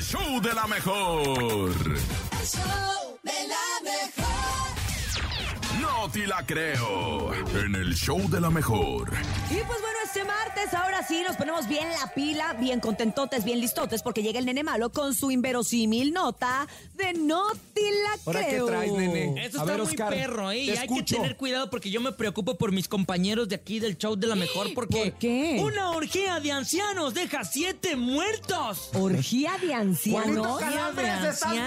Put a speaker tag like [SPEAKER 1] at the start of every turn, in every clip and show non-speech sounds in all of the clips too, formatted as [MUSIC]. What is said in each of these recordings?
[SPEAKER 1] show de la mejor.
[SPEAKER 2] El show de la mejor.
[SPEAKER 1] No te la creo. En el show de la mejor.
[SPEAKER 3] Y pues bueno, este martes ahora sí nos ponemos bien la pila, bien contentotes, bien listotes, porque llega el nene malo con su inverosímil nota de no te la
[SPEAKER 4] ¿Ahora qué
[SPEAKER 3] creo.
[SPEAKER 4] traes, nene?
[SPEAKER 5] Eso
[SPEAKER 4] A
[SPEAKER 5] está
[SPEAKER 4] ver,
[SPEAKER 5] muy
[SPEAKER 4] Oscar,
[SPEAKER 5] perro, ¿eh?
[SPEAKER 4] te
[SPEAKER 5] Y hay que
[SPEAKER 4] escucho.
[SPEAKER 5] tener cuidado porque yo me preocupo por mis compañeros de aquí del show de la mejor porque
[SPEAKER 3] ¿Por qué?
[SPEAKER 5] una orgía de ancianos deja siete muertos.
[SPEAKER 3] Orgía Ah, de
[SPEAKER 4] Juanito
[SPEAKER 3] ancianos.
[SPEAKER 4] Cal- Calambres, ¿estás bien?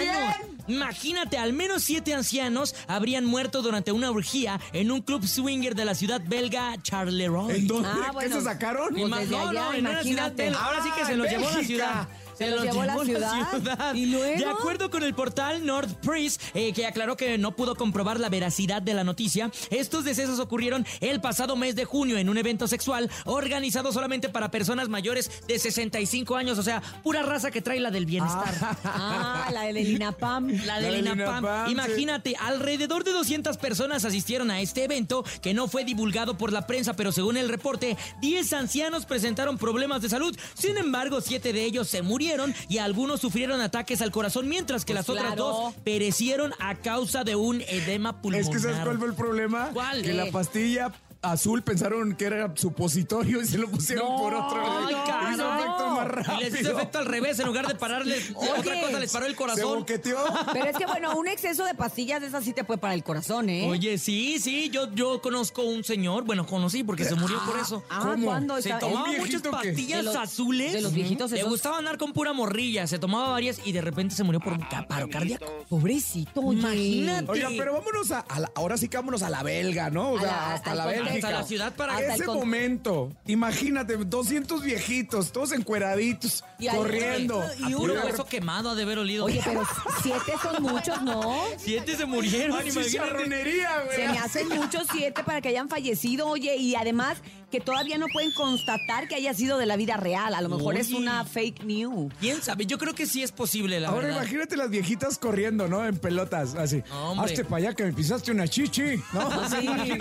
[SPEAKER 5] Imagínate, al menos siete ancianos habrían muerto durante una orgía en un club swinger de la ciudad belga Charleroi.
[SPEAKER 4] ¿En dónde?
[SPEAKER 3] Ah,
[SPEAKER 4] ¿Qué
[SPEAKER 3] bueno.
[SPEAKER 4] se sacaron?
[SPEAKER 5] Ni
[SPEAKER 3] Pues
[SPEAKER 5] más-
[SPEAKER 3] desde
[SPEAKER 5] no,
[SPEAKER 3] allá,
[SPEAKER 5] no, en una ciudad
[SPEAKER 3] imagínate.
[SPEAKER 5] belga. Ahora sí que se los
[SPEAKER 4] Ah,
[SPEAKER 5] llevó la
[SPEAKER 4] Bélgica.
[SPEAKER 5] ciudad.
[SPEAKER 3] Se los llevó la ciudad. ¿Y luego?
[SPEAKER 5] De acuerdo con el portal North Press, eh, que aclaró que no pudo comprobar la veracidad de la noticia, estos decesos ocurrieron el pasado mes de junio en un evento sexual organizado solamente para personas mayores de 65 años, o sea, pura raza que trae la del bienestar.
[SPEAKER 3] Ah, la de Inapam.
[SPEAKER 5] La
[SPEAKER 4] La del
[SPEAKER 5] del INAPAM.
[SPEAKER 4] INAPAM, sí.
[SPEAKER 5] Imagínate, alrededor de 200 personas asistieron a este evento que no fue divulgado por la prensa, pero según el reporte, 10 ancianos presentaron problemas de salud. Sin embargo, 7 de ellos se murieron y algunos sufrieron ataques al corazón, mientras que
[SPEAKER 3] Pues
[SPEAKER 5] las otras
[SPEAKER 3] claro.
[SPEAKER 5] dos perecieron a causa de un edema pulmonar.
[SPEAKER 4] Es que ¿sabes cuál fue el problema?
[SPEAKER 5] ¿Cuál?
[SPEAKER 4] Que la
[SPEAKER 5] ¿Qué?
[SPEAKER 4] pastilla azul pensaron que era supositorio y se lo pusieron
[SPEAKER 3] No,
[SPEAKER 4] por otro lado.
[SPEAKER 5] Ay,
[SPEAKER 4] Hizo
[SPEAKER 5] carajo.
[SPEAKER 4] efecto más
[SPEAKER 5] Y les hizo
[SPEAKER 4] rápido.
[SPEAKER 5] efecto al revés, en
[SPEAKER 4] [LAUGHS]
[SPEAKER 5] lugar de pararles
[SPEAKER 3] Oye.
[SPEAKER 5] otra cosa, les paró el
[SPEAKER 4] Se
[SPEAKER 5] corazón. [LAUGHS]
[SPEAKER 4] boqueteó.
[SPEAKER 3] Pero es que bueno, un exceso de pastillas de esas sí te puede para el corazón, ¿eh?
[SPEAKER 5] Oye, sí, sí, yo, yo conozco un señor, bueno, conocí porque se murió por eso.
[SPEAKER 3] Ah,
[SPEAKER 4] ¿Cómo?
[SPEAKER 3] ¿cuándo?
[SPEAKER 5] Se
[SPEAKER 3] Está-
[SPEAKER 5] tomaba
[SPEAKER 4] ¿Un
[SPEAKER 5] muchas
[SPEAKER 4] viejito que-
[SPEAKER 5] pastillas
[SPEAKER 3] de los-
[SPEAKER 5] azules.
[SPEAKER 3] de los viejitos
[SPEAKER 5] Le
[SPEAKER 3] esos?
[SPEAKER 5] gustaba andar con pura morrilla. Se tomaba varias y de repente se murió por un ca- paro cardíaco.
[SPEAKER 3] Pobrecito, oye.
[SPEAKER 5] Imagínate.
[SPEAKER 4] Oiga, pero vámonos a, a la- ahora sí que vámonos a la belga, ¿no? O
[SPEAKER 3] A
[SPEAKER 4] sea,
[SPEAKER 3] la-
[SPEAKER 4] hasta
[SPEAKER 3] al
[SPEAKER 4] la
[SPEAKER 3] contrato.
[SPEAKER 4] Bélgica.
[SPEAKER 5] Hasta la ciudad para-
[SPEAKER 3] Hasta el
[SPEAKER 4] ese
[SPEAKER 3] con-
[SPEAKER 4] momento, imagínate, 200 viejitos, todos encueraditos,
[SPEAKER 3] Y ahí-
[SPEAKER 4] corriendo.
[SPEAKER 5] A
[SPEAKER 3] Y
[SPEAKER 5] puro
[SPEAKER 3] uno- pues,
[SPEAKER 5] hueso quemado ha de haber olido.
[SPEAKER 3] Oye, pero siete son muchos, ¿no?
[SPEAKER 5] [LAUGHS] Siete se murieron,
[SPEAKER 4] Ay,
[SPEAKER 5] imagínate.
[SPEAKER 4] chicharronería, güey.
[SPEAKER 3] Se me hacen muchos siete para que hayan fallecido, oye, y además que todavía no pueden constatar que haya sido de la vida real. A lo mejor es
[SPEAKER 5] Oye.
[SPEAKER 3] una fake news.
[SPEAKER 5] ¿Quién sabe? Yo creo que sí es posible, la
[SPEAKER 4] Ahora
[SPEAKER 5] verdad.
[SPEAKER 4] imagínate las viejitas corriendo, ¿no? En pelotas, así.
[SPEAKER 5] Hombre.
[SPEAKER 4] Hazte para allá que me pisaste una chichi,
[SPEAKER 5] [LAUGHS]
[SPEAKER 4] ¿no?
[SPEAKER 3] Sí.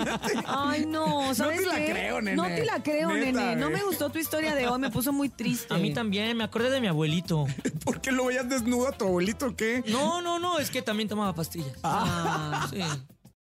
[SPEAKER 5] Ah.
[SPEAKER 3] Ay, no, ¿sabes
[SPEAKER 4] te la
[SPEAKER 3] qué?
[SPEAKER 4] creo, nene.
[SPEAKER 3] No te la creo,
[SPEAKER 4] Neta,
[SPEAKER 3] nene. No
[SPEAKER 4] eh.
[SPEAKER 3] me gustó tu historia de hoy, me puso muy triste.
[SPEAKER 5] A mí también, me acordé de mi abuelito.
[SPEAKER 4] ¿Por qué lo veías desnudo a tu abuelito o qué?
[SPEAKER 5] No, no, no, es que también tomaba pastillas.
[SPEAKER 3] Ah.
[SPEAKER 5] Sí.